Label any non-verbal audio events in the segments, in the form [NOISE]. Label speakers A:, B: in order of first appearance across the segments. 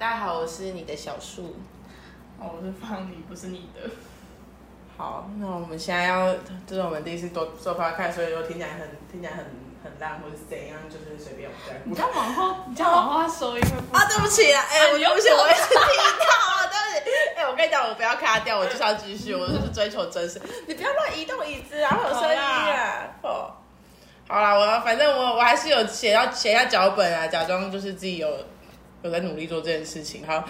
A: 家好，我是你的小树。
B: 哦，我是放你，不是你的。
A: 好，那我们现在要，这是我们第一次做做 podcast，所以说听起来很听起来很很烂，或者是怎样，就是随便我们
B: 你
A: 在。
B: 再往后，你再往后，他收音会不
A: 啊，对不起啊，哎、
B: 啊
A: 我
B: 你又
A: 对不起，我一直听到啊， [LAUGHS] 对不起。哎、我跟你讲，我不要卡掉，我就是要继续，我就是追求真实。你不要乱移动椅子啊，会有声音啊。哦，好啦，我反正我我还是有写到写一下脚本啊，假装就是自己有有在努力做这件事情。好，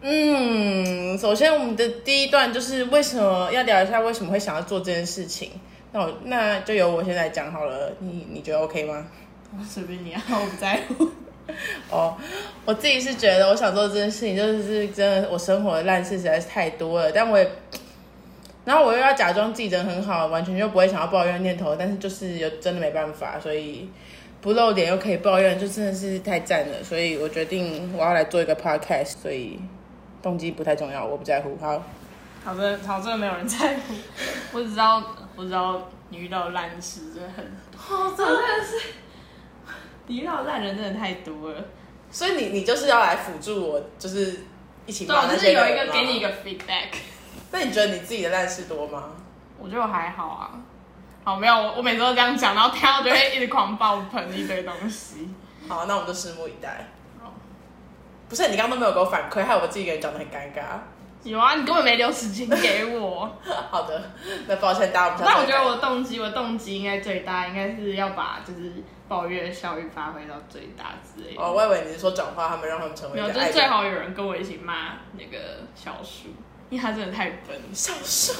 A: 嗯，首先我们的第一段就是为什么要聊一下为什么会想要做这件事情。那我那就由我现在讲好了，你你觉得 OK 吗？
B: 我随便你啊，我不在乎。
A: [LAUGHS] 哦，我自己是觉得我想做这件事情，就是真的我生活的烂事实在是太多了，但我也，然后我又要假装自己人很好，完全就不会想要抱怨的念头，但是就是有真的没办法，所以不露脸又可以抱怨，就真的是太赞了，所以我决定我要来做一个 podcast，所以动机不太重要，我不在乎。好，
B: 好的，好，真的没有人在乎。我只知道，我知道你遇到烂事真的很多，哦，真的是，你遇到烂人真的太多了。
A: 所以你你就是要来辅助我，就是一起
B: 对，我
A: 骂
B: 就
A: 那
B: 是
A: 些
B: 有
A: 人
B: 一个
A: 吗
B: 给你一。个 feedback，
A: 那你觉得你自己的烂事多吗？
B: 我觉得我还好啊。好，没有，我我每次都这样讲，然后听到就会一直狂爆喷一堆东西。
A: 好，那我们就拭目以待。
B: 好
A: 不是你刚刚都没有给我反馈，害我自己一个人讲的很尴尬。
B: [LAUGHS]
A: [LAUGHS]
B: 有啊，你根本没留时间给我。
A: 好的，那抱歉大家，我们下次
B: 但我
A: 再
B: 觉得
A: 改
B: 我动机，我动机应该最大，应该是要把就是抱怨的效益发挥到最大之类的。
A: 哦，我以为你是说转化他们，让他们成为
B: 没
A: 一
B: 有，
A: 个
B: 就
A: 爱
B: 是最
A: 的
B: 好有人跟我一起骂那个小树，因为他真的太笨。
A: 小树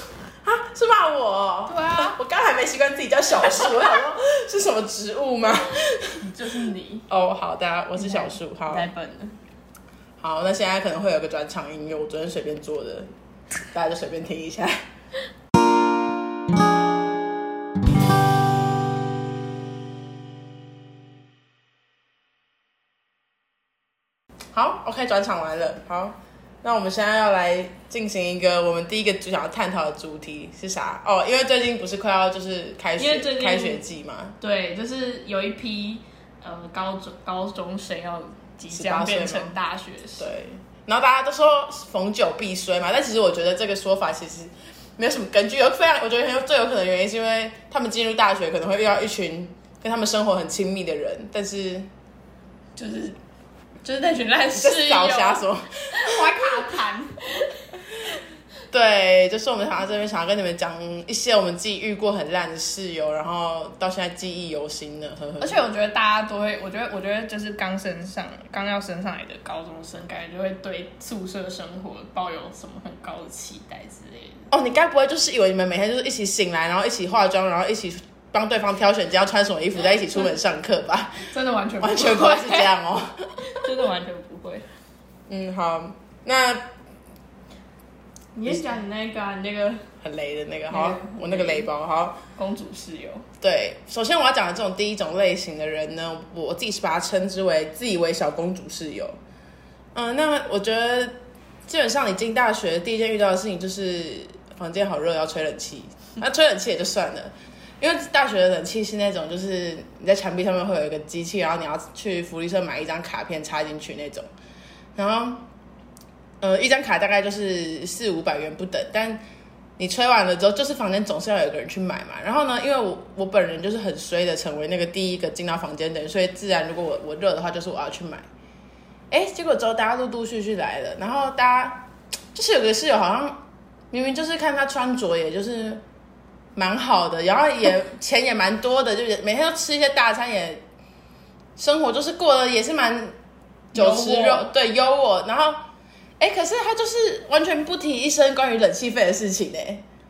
A: 啊，是骂我？
B: 对啊，
A: 我刚还没习惯自己叫小树，我想说是什么植物吗？
B: 就是你
A: 哦，好的，我是小树，好
B: 太笨了。
A: 好，那现在可能会有个转场音乐，我昨天随便做的， [LAUGHS] 大家就随便听一下。好，OK，转场完了。好，那我们现在要来进行一个我们第一个主想要探讨的主题是啥？哦，因为最近不是快要就是开
B: 因
A: 学
B: 为最近
A: 开学季嘛，
B: 对，就是有一批呃高中高中生要即将
A: 18岁吗
B: 变成大学生，
A: 对，然后大家都说逢九必衰嘛，但其实我觉得这个说法其实没有什么根据，有非常我觉得很有最有可能的原因是因为他们进入大学可能会遇到一群跟他们生活很亲密的人，但是
B: 就是就是那群烂
A: 这
B: 室
A: 是
B: 友，
A: 小瞎
B: 我 [LAUGHS]
A: 说，
B: 还卡痰。
A: [LAUGHS] 对，就是我们想到这边想要跟你们讲一些我们自己遇过很烂的室友，然后到现在记忆犹新的，呵呵。
B: 而且我觉得大家都会，我觉得我觉得就是刚升上、刚要升上来的高中生，感觉就会对宿舍生活抱有什么很高的期待之类的。
A: 哦，你该不会就是以为你们每天就是一起醒来，然后一起化妆，然后一起帮对方挑选今天要穿什么衣服，再一起出门上课
B: [LAUGHS]
A: 吧？
B: 真的完全不
A: 完全不会是这，样哦。
B: [LAUGHS] 真的完全不会。
A: 嗯，好，那
B: 你也讲你那个、啊、你那个
A: 很雷的那个，好
B: 那个，
A: 我那个雷包，好，
B: 公主室友，
A: 对，首先我要讲的这种第一种类型的人呢，我我自己是把它称之为自以为小公主室友。嗯，那我觉得基本上你进大学第一件遇到的事情就是房间好热，要吹冷气。那、吹冷气也就算了，因为大学的冷气是那种就是你在墙壁上面会有一个机器，然后你要去福利社买一张卡片插进去那种，然后。呃，一张卡大概就是四五百元不等，但你吹完了之后，就是房间总是要有一个人去买嘛。然后呢，因为我我本人就是很衰的，成为那个第一个进到房间的人，所以自然如果我我热的话，就是我要去买。哎，结果之后大家陆陆续续来了，然后大家就是有个室友好像明明就是看他穿着，也就是蛮好的，然后也钱也蛮多的，就是每天都吃一些大餐，也生活就是过得也是蛮酒池
B: 优渥
A: 肉对优渥，然后。哎、可是他就是完全不提一声关于冷气费的事情呢、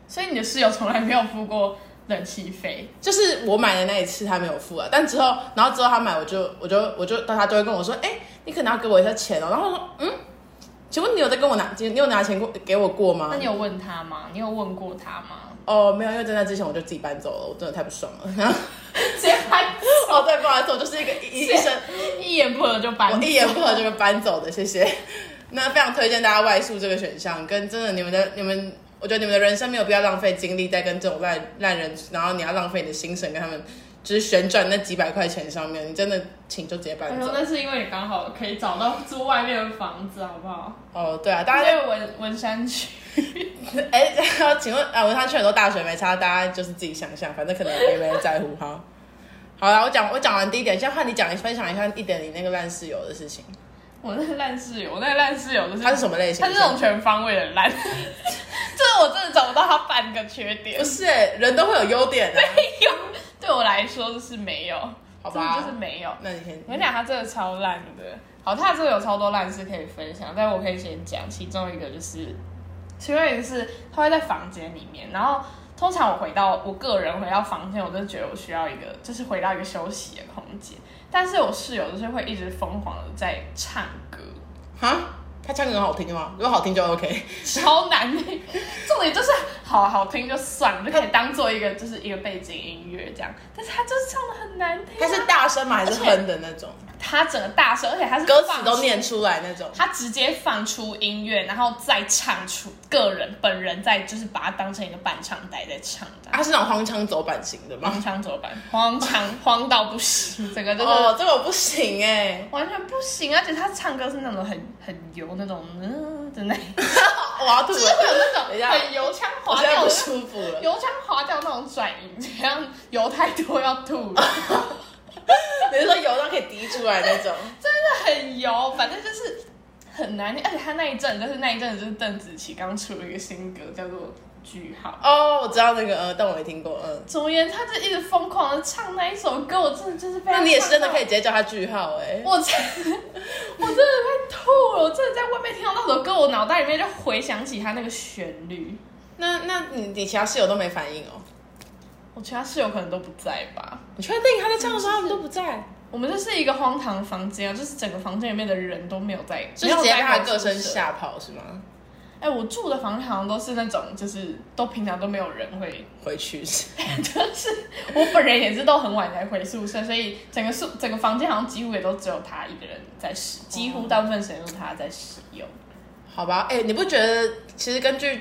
B: 所以你的室友从来没有付过冷气费，
A: 就是我买的那一次他没有付啊，但之后，然后之后他买我就我就我就他就会跟我说，哎、你可能要给我一下钱哦、然后我说，嗯，请问你有在跟我拿，你有拿钱过给我过吗
B: 那？你有问他吗？你有问过他
A: [LAUGHS]
B: 吗？
A: 哦，没有，因为在那之前我就自己搬走了，我真的太不爽了。然后
B: 直接搬，
A: 哦，对，不好意思，我就是一个一一一身
B: 一言不合就搬
A: 我，一言不合就被搬走的，谢谢。那非常推荐大家外宿这个选项，跟真的你们的你们，我觉得你们的人生没有必要浪费精力在跟这种烂烂人，然后你要浪费你的心神跟他们只旋转那几百块钱上面，你真的请就直接搬
B: 我
A: 走
B: 哎说。那是因为你刚好可以找到租外面的房子，好不好？
A: 哦，对啊，大
B: 大
A: 家
B: 家文文山区，
A: 就哎， [LAUGHS] 请问啊，文山区很多大学没差，大家就是自己想象，反正可能也没人在乎哈。好了，我讲我讲完第一点，现在换你讲，你分享一下一点你那个烂室友的事情，
B: 我那个烂室友，我那个烂室友就是
A: 他是什么类型
B: 他
A: 的？
B: 是那种全方位的烂， [LAUGHS] 就是我真的找不到他半个缺点
A: [LAUGHS] 不。是、欸人都会有优
B: [LAUGHS]
A: 点的、
B: 没有，对我来说就是没有，
A: 好
B: 真的
A: 吧？
B: 就是没有。
A: 那你先
B: 我跟你讲，他这个超烂的。好，他这个有超多烂事可以分享，但我可以先讲其中一个，就是其中一个是他会在房间里面，然后通常我回到我个人回到房间，我就觉得我需要一个就是回到一个休息的空间，但是我室友就是会一直疯狂的在唱歌，
A: 哈，他唱歌很好听吗？如果好听就 OK。
B: 超难听。重点就是好好听就算了，就可以当做一个就是一个背景音乐这样，但是他就是唱的很难听、啊
A: 他是大声吗？还是哼的那种？
B: 他整个大声，而且他是
A: 歌
B: 放
A: 词都念出来那种。
B: 他直接放出音乐，然后再唱出个人本人在，就是把它当成一个伴唱带在唱的。
A: 啊他是那种荒腔走板型的吗？
B: 荒腔走板，荒
A: [LAUGHS]
B: 腔荒到不行，整个就是
A: 哦，这个我不行哎、
B: 完全不行。而且他唱歌是那种很很油那种，嗯，真的，就
A: 我要吐
B: 是会有
A: 了，
B: 那
A: 等一
B: 种
A: 下
B: 很油腔
A: 我
B: 滑
A: 现在
B: 调
A: 不
B: 的，
A: 舒服了。
B: 油腔滑调那种转音，这样油太多要吐了，
A: 你是说油到可以滴出来那种？
B: 真的很油，反正就是很难听。而且他那一阵，就是那一阵就是邓紫棋刚出了一个新歌，叫做《句号》。
A: 哦，我知道那个，呃，但我没听过，嗯。
B: 总而言之，他就一直疯狂的唱那一首歌，我真的就是被
A: 那你也是真的可以
B: 以，
A: 直接叫他句号哎、
B: [LAUGHS] 我真我真的被吐了，我真的在外面听到那首歌，我脑袋里面就回想起他那个旋律。
A: 那那你你其他室友都没反应哦？
B: 我其他室友可能都不在吧。
A: 你确定他在唱的时候他们都不在？
B: 我们就是一个荒唐的房间啊，就是整个房间里面的人都没有在，
A: 就是直接
B: 没有
A: 被
B: 在
A: 他
B: 我
A: 的歌声
B: 宿舍。
A: 吓跑是吗？
B: 哎、我住的房间好像都是那种，就是都平常都没有人会 [LAUGHS]
A: 回去是
B: 就是我本人也是都很晚才回宿舍，所以整个宿整个房间好像几乎也都只有他一个人在使，几乎大部分时间都是他在使用。
A: 好吧，哎、你不觉得其实根据，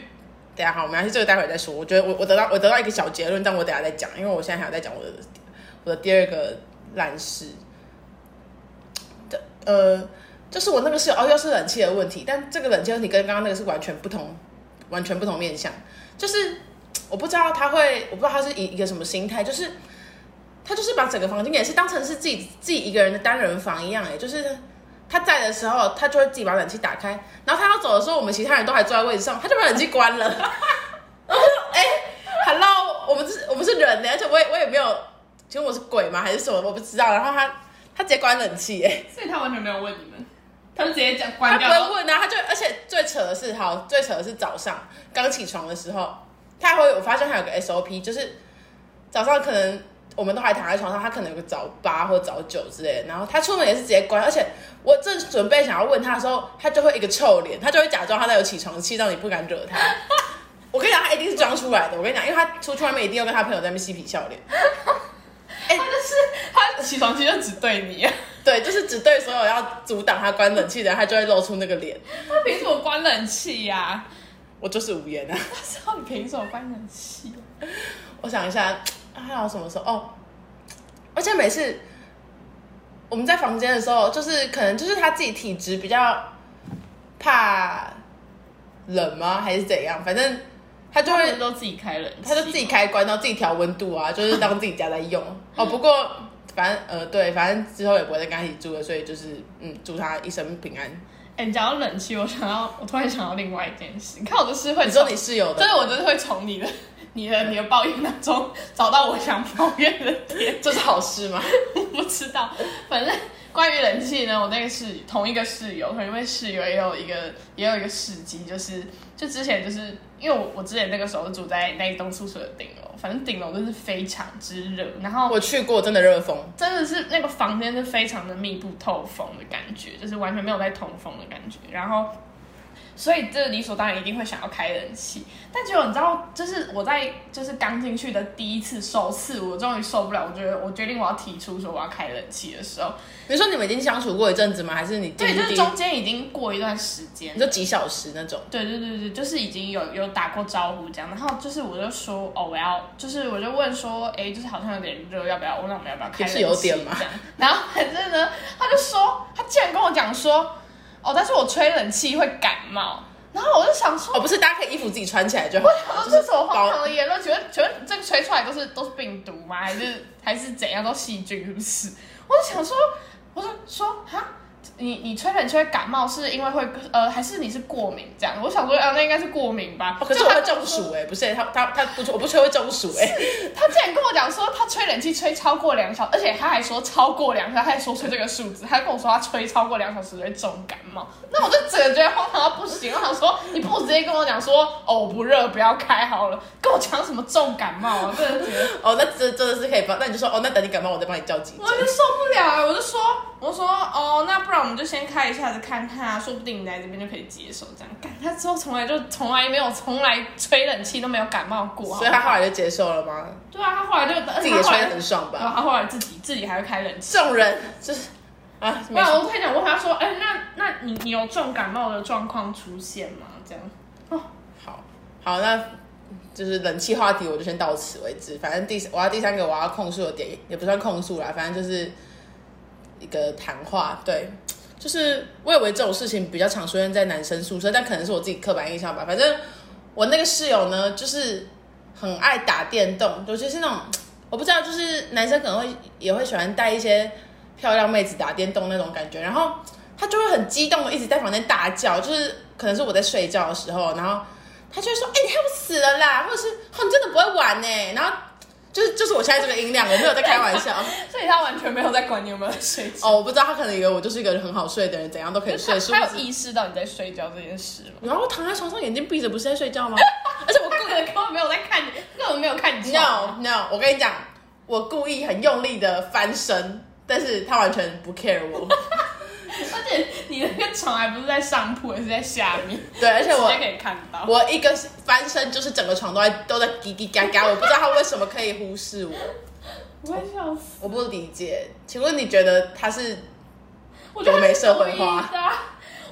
A: 等一下好，没关系，这个待会儿再说。我觉得我我得到我得到一个小结论，但我等一下再讲，因为我现在还有在讲我的我的第二个烂事的呃，就是我那个室友哦，又是冷气的问题，但这个冷气问题跟刚刚那个是完全不同，完全不同面向。就是我不知道他会，我不知道他是以一个什么心态，就是他就是把整个房间也是当成是自己自己一个人的单人房一样，哎，就是他在的时候，他就会自己把冷气打开，然后他要走的时候，我们其他人都还坐在位置上，他就把冷气关了。然后我就哎、hello，我们是，我们是人呢，而且我也我也没有，请问我是鬼吗还是什么？我不知道。然后他他直接关冷气，哎，
B: 所以他完全没有问你们，他就直接讲
A: 他
B: 关
A: 不会问啊，他就而且最扯的是，好，最扯的是早上刚起床的时候，他还会我发现他有个 SOP，就是早上可能我们都还躺在床上，他可能有个早八或早九之类的，然后他出门也是直接关，而且我正准备想要问他的时候，他就会一个臭脸，他就会假装他在有起床气，让你不敢惹他。我跟你讲，他一定是装出来的。我跟你讲，因为他出去外面一定要跟他朋友在那边嬉皮笑脸。
B: 他就是他起床气就只对你、啊，
A: 对，就是只对所有要阻挡他关冷气的人，他就会露出那个脸。
B: 他凭什么关冷气呀、啊？
A: 我就是无言啊。
B: 他说你凭什么关冷气、啊？
A: 我想一下，还有什么时候？哦，而且每次我们在房间的时候，就是可能就是他自己体质比较怕冷吗？还是怎样？反正他就
B: 他
A: 会
B: 们都自己开冷气，
A: 他就自己开关，然后自己调温度
B: [LAUGHS]
A: 啊，就是当自己家在用。哦，
B: 嗯
A: 不过反正呃对，反正之后也不会再跟他一起住了，所以就是嗯，祝他一生平安。
B: 哎、你讲到冷气，我想到我突然想到另外一件事，你看我就是会
A: 你说你室友的
B: 真，的，我真的会从你的、 [LAUGHS] 你的、你的抱怨当中找到我想抱怨的点。
A: 这是好事吗？
B: 我不知道，反正关于冷气呢，我那个室同一个室友，同一位室友也有一个也有一个事迹，就是就之前就是因为我我之前那个时候住在那一栋宿舍的顶楼，反正顶楼就是非常之热，然后
A: 我去过，真的热风。
B: 真的是那个房间是非常的密不透风的感觉，就是完全没有在通风的感觉。然后所以这理所当然一定会想要开冷气。但结果你知道，就是我在就是刚进去的第一次受刺，我终于受不了，我觉得我决定我要提出说我要开冷气的时候，
A: 你说你们已经相处过一阵子吗？还是你进
B: 对，
A: 去
B: 就是
A: 第一
B: 中间已经过一段时间
A: 你，就几小时那种？
B: 对对对对，就是已经有有打过招呼这样，然后就是我就说哦，我要就是我就问说，哎，就是好像有点热，要不要？我那我们要不要开
A: 也
B: 冷
A: 是
B: 气
A: 有点嘛
B: 这样？然后反正呢，他就说，他竟然跟我讲说，哦，但是我吹冷气会感冒。然后我就想说，
A: 哦，不是，大家可以衣服自己穿起来就好。
B: [LAUGHS] 我说这什么荒唐的言论？请问请问这个吹出来都是都是病毒吗？还是还是怎样？都细菌是不是？我就想说，我说说哈。你你吹冷气会感冒，是因为会呃，还是你是过敏这样？我想说，呃，那应该是过敏吧。
A: 哦可是
B: 就
A: 我
B: 他
A: 会
B: 跟
A: 中
B: 说
A: 暑哎、不是、他他他不我不吹会中暑哎、
B: 他竟然跟我讲说，他吹冷气吹超过两小时，而且他还说超过两小时，他还说出这个数字，他跟我说他吹超过两小时会重感冒。那我就整个觉得荒唐到不行，我想说，你不如直接跟我讲说，哦，我不热，不要开好了，跟我讲什么重感冒啊？我真的觉得
A: 哦，那这真的是可以帮，那你就说哦，那等你感冒我再帮你叫急诊
B: 我。就受不了了，我就说，我说哦，那不然我们就先开一下子看看啊，说不定你来这边就可以接受这样。干他之后从来就从来没有，从来吹冷气都没有感冒过。
A: 所以他后
B: 来
A: 来就接受了吗？
B: 对啊，他后来就
A: 自己也吹
B: 他后来
A: 得很爽
B: 然后
A: 吧？
B: 他后来自己自己还会开冷气。
A: 这种人就是啊，没
B: 没有，
A: 有
B: 我跟你讲，我跟他说，哎、那那你你有重感冒的状况出现吗？这样，
A: 好好，那就是冷气话题，我就先到此为止。反正第我要第三个我要控诉的点也不算控诉啦，反正就是一个谈话。对，就是我以为这种事情比较常出现在男生宿舍，但可能是我自己刻板印象吧。反正我那个室友呢，就是很爱打电动，尤其是那种我不知道，就是男生可能会也会喜欢带一些漂亮妹子打电动那种感觉，然后他就会很激动的一直在房间大叫，就是可能是我在睡觉的时候，然后他就会说：“哎、你害我死了啦！”或者是“哦，你真的不会玩呢、然后就是就是我现在这个音量，我没有在开玩笑。 [LAUGHS]
B: 所以他完全没有在管你有没有在睡觉，
A: 哦，我不知道他可能以为我就是一个很好睡的人，怎样都可以睡， [LAUGHS] 是不
B: 他有
A: 是？
B: 意识到你在睡觉这件事吗？
A: 然后躺在床上眼睛闭着，不是在睡觉吗？ [LAUGHS] 而且我
B: 他可能根本没有在看你，根本没有看你床啊
A: no no，我跟你讲，我故意很用力的翻身，但是他完全不 care [LAUGHS] 我。
B: 而且你那个床还不是在上铺，而是在下面，
A: 对，而且
B: 直
A: 我
B: 接可以看到。
A: 我一个翻身就是整个床都在都在叽叽嘎嘎，我不知道他为什么可以忽视我，
B: 我会笑死，
A: 我不理解。请问你觉得他是
B: 我觉
A: 多
B: 得他是
A: 没社会化
B: 故意的啊。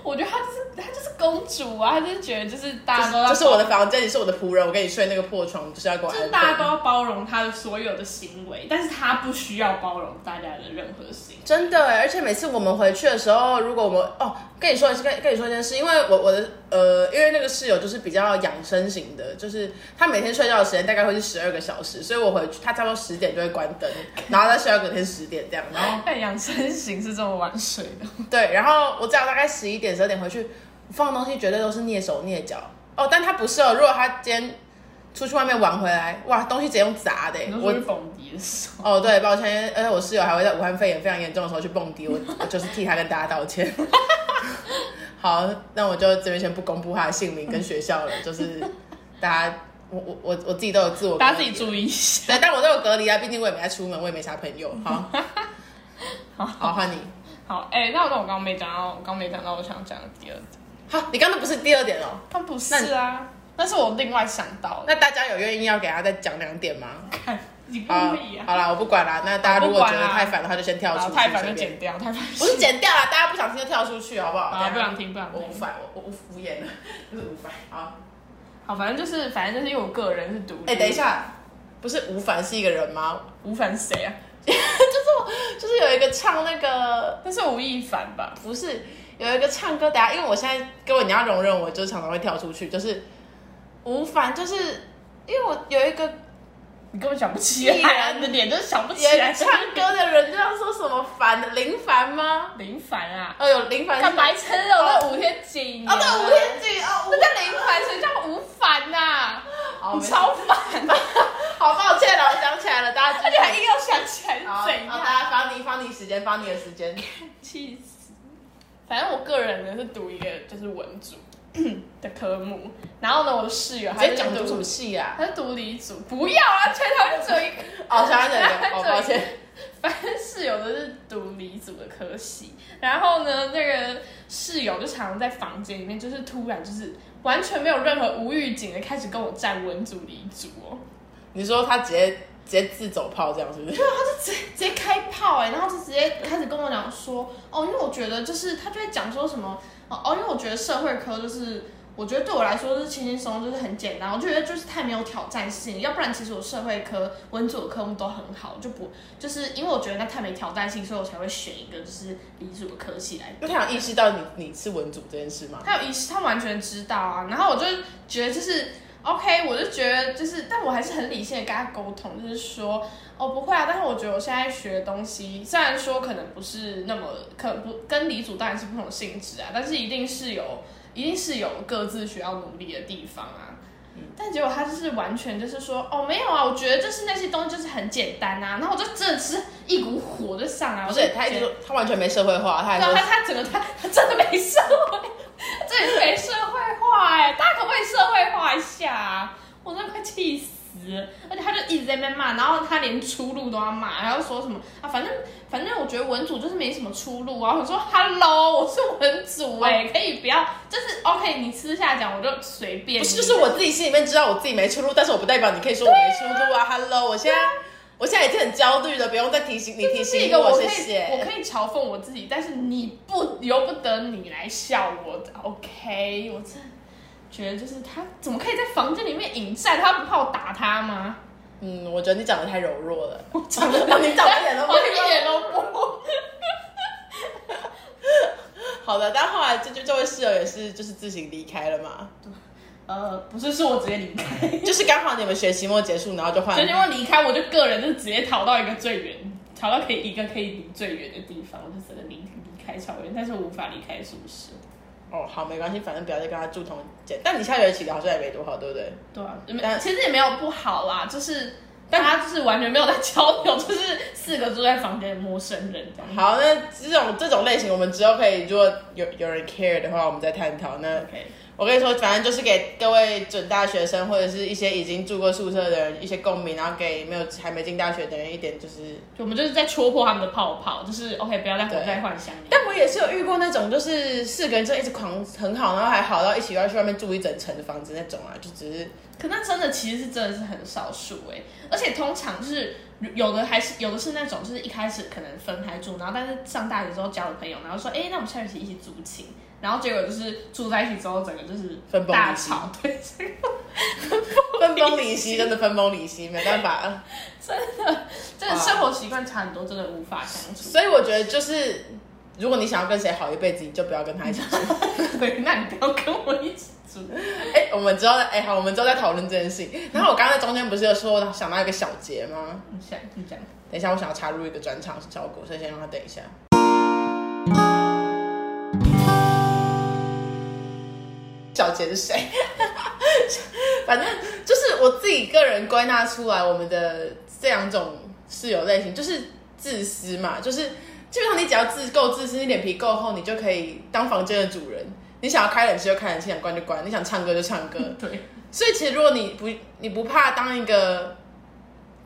B: 我觉得她就是她就是公主啊，她就是觉得就是大
A: 就是
B: 家都在
A: 就是我的房间，你是我的仆人，我跟你睡那个破床，你就是要给我
B: 就是
A: 安
B: 大家都
A: 分。
B: 要包容他的所有的行为，但是他不需要包容大家的任何行为。
A: 真的欸，而且每次我们回去的时候，如果我们哦，跟你说跟跟你说一件事，因为我我的呃，因为那个室友就是比较养生型的，就是他每天睡觉的时间大概会是十二个小时，所以我回去他差不多十点就会关灯，然后再睡到隔天十点这样，然后
B: 但养生型是这么晚睡的，
A: 对，然后我只要大概十一点、十二点回去，我放的东西绝对都是蹑手蹑脚。哦，但他不是哦，如果他今天出去外面玩回来，哇，东西直接用砸的欸。
B: 你都
A: 我
B: 说是蹦迪的时候，
A: 哦，对，抱歉，而且我室友还会在武汉肺炎非常严重的时候去蹦迪，我我就是替他跟大家道歉。 [LAUGHS] 好，那我就这边先不公布他的姓名跟学校了，就是大家，我我我我自己都有自我，
B: 大家自己。注意一下。
A: 对，但我都有隔离啊，毕竟我也没在出门，我也没啥朋友。
B: [LAUGHS]
A: 好，好，换你。
B: 好，哎、那我那我刚刚没讲到，我刚刚没讲到我想讲的第二点，
A: 好，你刚刚不是第二点哦。
B: 但不是啊，那是我另外想到的。
A: 那大家有愿意要给他再讲两点吗？
B: 看 [LAUGHS] 你故
A: 好
B: 意，啊！
A: 好啦，我不管啦。那大家如果觉得太烦的话，就先跳
B: 好，
A: 出去。
B: 太烦就
A: 随便
B: 剪掉，太烦
A: 不
B: 就剪
A: 是剪掉啦，大家不想听就跳出去，好不好？
B: 掉。好，不想听，不想
A: 我无
B: 听。
A: 法，我我我无言了，就是无法。好，
B: 好，反正就是，反正就是因为我个人是独立。
A: 哎、等一，下，不是吴凡是一个人吗？ [LAUGHS]
B: 吴凡是谁啊？
A: 就是有一个唱那个，
B: 那是吴亦凡吧？
A: 不是有一个唱歌，等下，因为我现在各位你要容忍我，就是常常会跳出去，就是吴凡，就是因为我有一个
B: 你根本想不起
A: 艺
B: 来，
A: 人
B: [LAUGHS] 你的脸就是想不起
A: 有一
B: 来。
A: 个啊唱歌的人，就要说什么凡林凡吗？
B: 林凡啊，
A: 哦，有林凡是
B: 看白痴哦，那五天井
A: 哦，对，五天井哦，
B: 那叫林凡，谁叫吴凡呐？
A: 好
B: 你超啊凡的，
A: [LAUGHS] 好抱歉了，我想起来了，大家继
B: 而且
A: 续
B: 还硬要想起来是
A: 好，
B: 怎
A: 好
B: 样，
A: 大家帮你帮你时间，帮你的时间。
B: 气死！反正我个人呢是读一个就是文组 [CLEARS THROAT] 的科目，然后呢我的室友他
A: 直接
B: 是
A: 讲
B: 读
A: 读什么戏啊？
B: 他是读理组，不要啊，全台湾就只有一个， [LAUGHS]
A: [LAUGHS] 哦，想起来了，哦，抱歉。
B: 反正室友都是读理组的科系，然后呢，那个室友就常常在房间里面，就是突然就是完全没有任何无预警的开始跟我站文组理组哦，
A: 你说他直接直接自走炮这样是不是？
B: 直接开炮哎、然后就直接开始跟我讲说，哦，因为我觉得就是他就会讲说什么，哦哦，因为我觉得社会科就是。我觉得对我来说就是轻轻松，松，就是很简单。我就觉得就是太没有挑战性，要不然其实我社会科、文组的科目都很好，就不就是因为我觉得那太没挑战性，所以我才会选一个就是理组的科系来
A: 那
B: 读。
A: 他有意识到你你是文组这件事吗？
B: 他有意识，他完全知道啊。然后我就觉得就是 OK，我就觉得就是，但我还是很理性的跟他沟通，就是说哦不会啊，但是我觉得我现在学的东西，虽然说可能不是那么可不跟李组当然是不同性质啊，但是一定是有一定是有各自需要努力的地方啊。
A: 嗯
B: 但结果他就是完全就是说，哦，没有啊，我觉得就是那些东西就是很简单啊，然后我就真的是一股火就上来，我
A: 不，
B: 就是
A: 他
B: 觉
A: 一
B: 得
A: 直说啊他完全没社会化，他还
B: 对啊，
A: 说
B: 他他整个他他真的没社会， [LAUGHS] 他真的是没社会化哎、大家可不可以社会化一下、啊？我真的快气死了！而且他就一直在那边骂，然后他连出路都要骂，然后说什么啊，反正反正我觉得文组就是没什么出路啊。我说 Hello，我是文组哎、
A: 哦
B: 可以不要，就是 OK，你私下讲我就随便。
A: 不是，就是我自己心里面知道我自己没出路，但是我不代表你可以说我没出路啊。Hello，我现在、我现在已经很焦虑了，不用再提醒你
B: 这
A: 提
B: 就是一
A: 醒
B: 个我可
A: 谢
B: 以我
A: 谢。
B: 可以嘲讽我自己，但是你不由不得你来笑我的，OK？我真的觉得就是他怎么可以在房间里面引战？他不怕我打他吗？
A: 嗯，我觉得你长得太柔弱了，我长得你长得一点都不
B: 我一点都不。
A: 好的。但后来这就这位室友也是就是自行离开了嘛，
B: 呃，不是，是我直接离
A: [LAUGHS]
B: 开。
A: 就是刚好你们学期末结束，然后就换
B: 所以因为离开，我就个人就直接逃到一个最远，逃到可以一个可以离最远的地方，我就只能离离开超远，但是我无法离开宿舍。
A: 哦，好，没关系，反正不要再跟他住同间。但你下学期的好像也没多好，对不对？
B: 对啊，
A: 但
B: 其实也没有不好啦，就是但他就是完全没有在交流， [LAUGHS] 就是四个住在房间的陌生人这样。
A: 好，那这种这种类型，我们之后可以，如果有有人 care 的话，我们再探讨。那
B: OK，
A: 我跟你说，反正就是给各位准大学生或者是一些已经住过宿舍的人一些共鸣，然后给没有还没进大学的人一点就是。
B: 就我们就是在戳破他们的泡泡，就是 OK，不要再活在幻想里。
A: 但我也是有遇过那种，就是四个人就一直狂很好，然后还好到一起要去外面住一整层的房子那种啊，就只是
B: 可那真的其实是真的是很少数哎、而且通常就是有的还是有的是那种就是一开始可能分开住，然后但是上大学之后交了朋友，然后说哎、那我们下学期一起租寝，然后结果就是住在一起之后，整个就是
A: 分崩
B: 大
A: 离析
B: 吵，对，
A: [LAUGHS] 分崩离析，真的分崩离析，没办法。
B: 真的
A: 啊
B: 生活习惯差很多，真的无法相处。
A: 所以我觉得就是，如果你想要跟谁好一辈子，你就不要跟他一起住。
B: 对，那你不要跟我一起住。
A: 哎、我们之后再哎、好，我们之后再讨论这件事情。然后我刚刚在中间不是有说想到一个小节吗？
B: 你想，你讲。
A: 等一下，我想要插入一个转场效果，所以先让他等一下。小杰是谁？ [LAUGHS] 反正就是我自己个人归纳出来，我们的这两种室友类型就是自私嘛，就是基本上你只要自够自私，你脸皮够厚，你就可以当房间的主人。你想要开冷气就开冷气，想关就关，你想唱歌就唱歌。
B: 对，
A: 所以其实如果你不你不怕当一个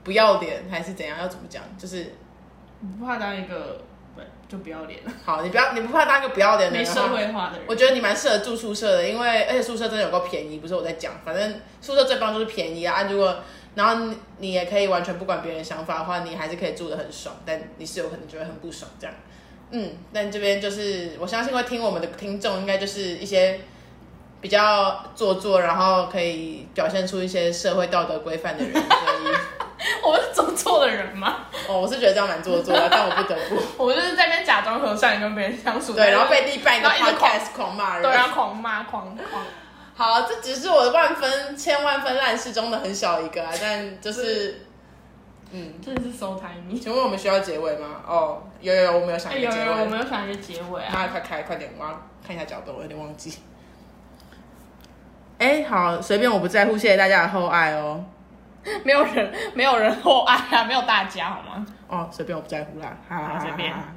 A: 不要脸还是怎样，要怎么讲？就是
B: 你不怕当一个不就不要脸了，
A: 好，你不要你不怕当一个不要脸的
B: 没
A: 人的
B: 社
A: 话，
B: 会化的人。
A: 我觉得你蛮适合住宿舍的，因为而且宿舍真的有够便宜，不是我在讲，反正宿舍最棒就是便宜啊。啊如果然后你你也可以完全不管别人的想法的话，你还是可以住得很爽，但你室友可能觉得很不爽这样。嗯，但这边就是我相信会听我们的听众，应该就是一些比较做作，然后可以表现出一些社会道德规范的人，所以。
B: 我们是走错的人吗？
A: [LAUGHS] 哦，我是觉得这样蛮做作的，但我不得不
B: [LAUGHS] 我就是在那边假装和善跟别人相处，
A: 对，然后被另外一个
B: 然后一直狂
A: podcast 狂骂
B: 对，然
A: 人。
B: 后狂骂狂狂。
A: 好，这只是我的万分千万分烂事中的很小一个啊，但就是，嗯，
B: 真的是收台 [LAUGHS] 你。
A: 请问我们需要结尾吗？哦，有有有，我们有想
B: 哎，
A: 一个
B: 有
A: 结
B: 有，我
A: 尾。
B: 们有想一个结尾啊。 [LAUGHS]
A: 那快开，快点，我要看一下脚本，我有点忘记。哎，好，随便，我不在乎，谢谢大家的厚爱哦。
B: 没有人，没有人厚爱啊，没有大家好吗？
A: 哦，随便，我不在乎啦，哈哈哈
B: 好
A: 哈
B: 随便
A: 哈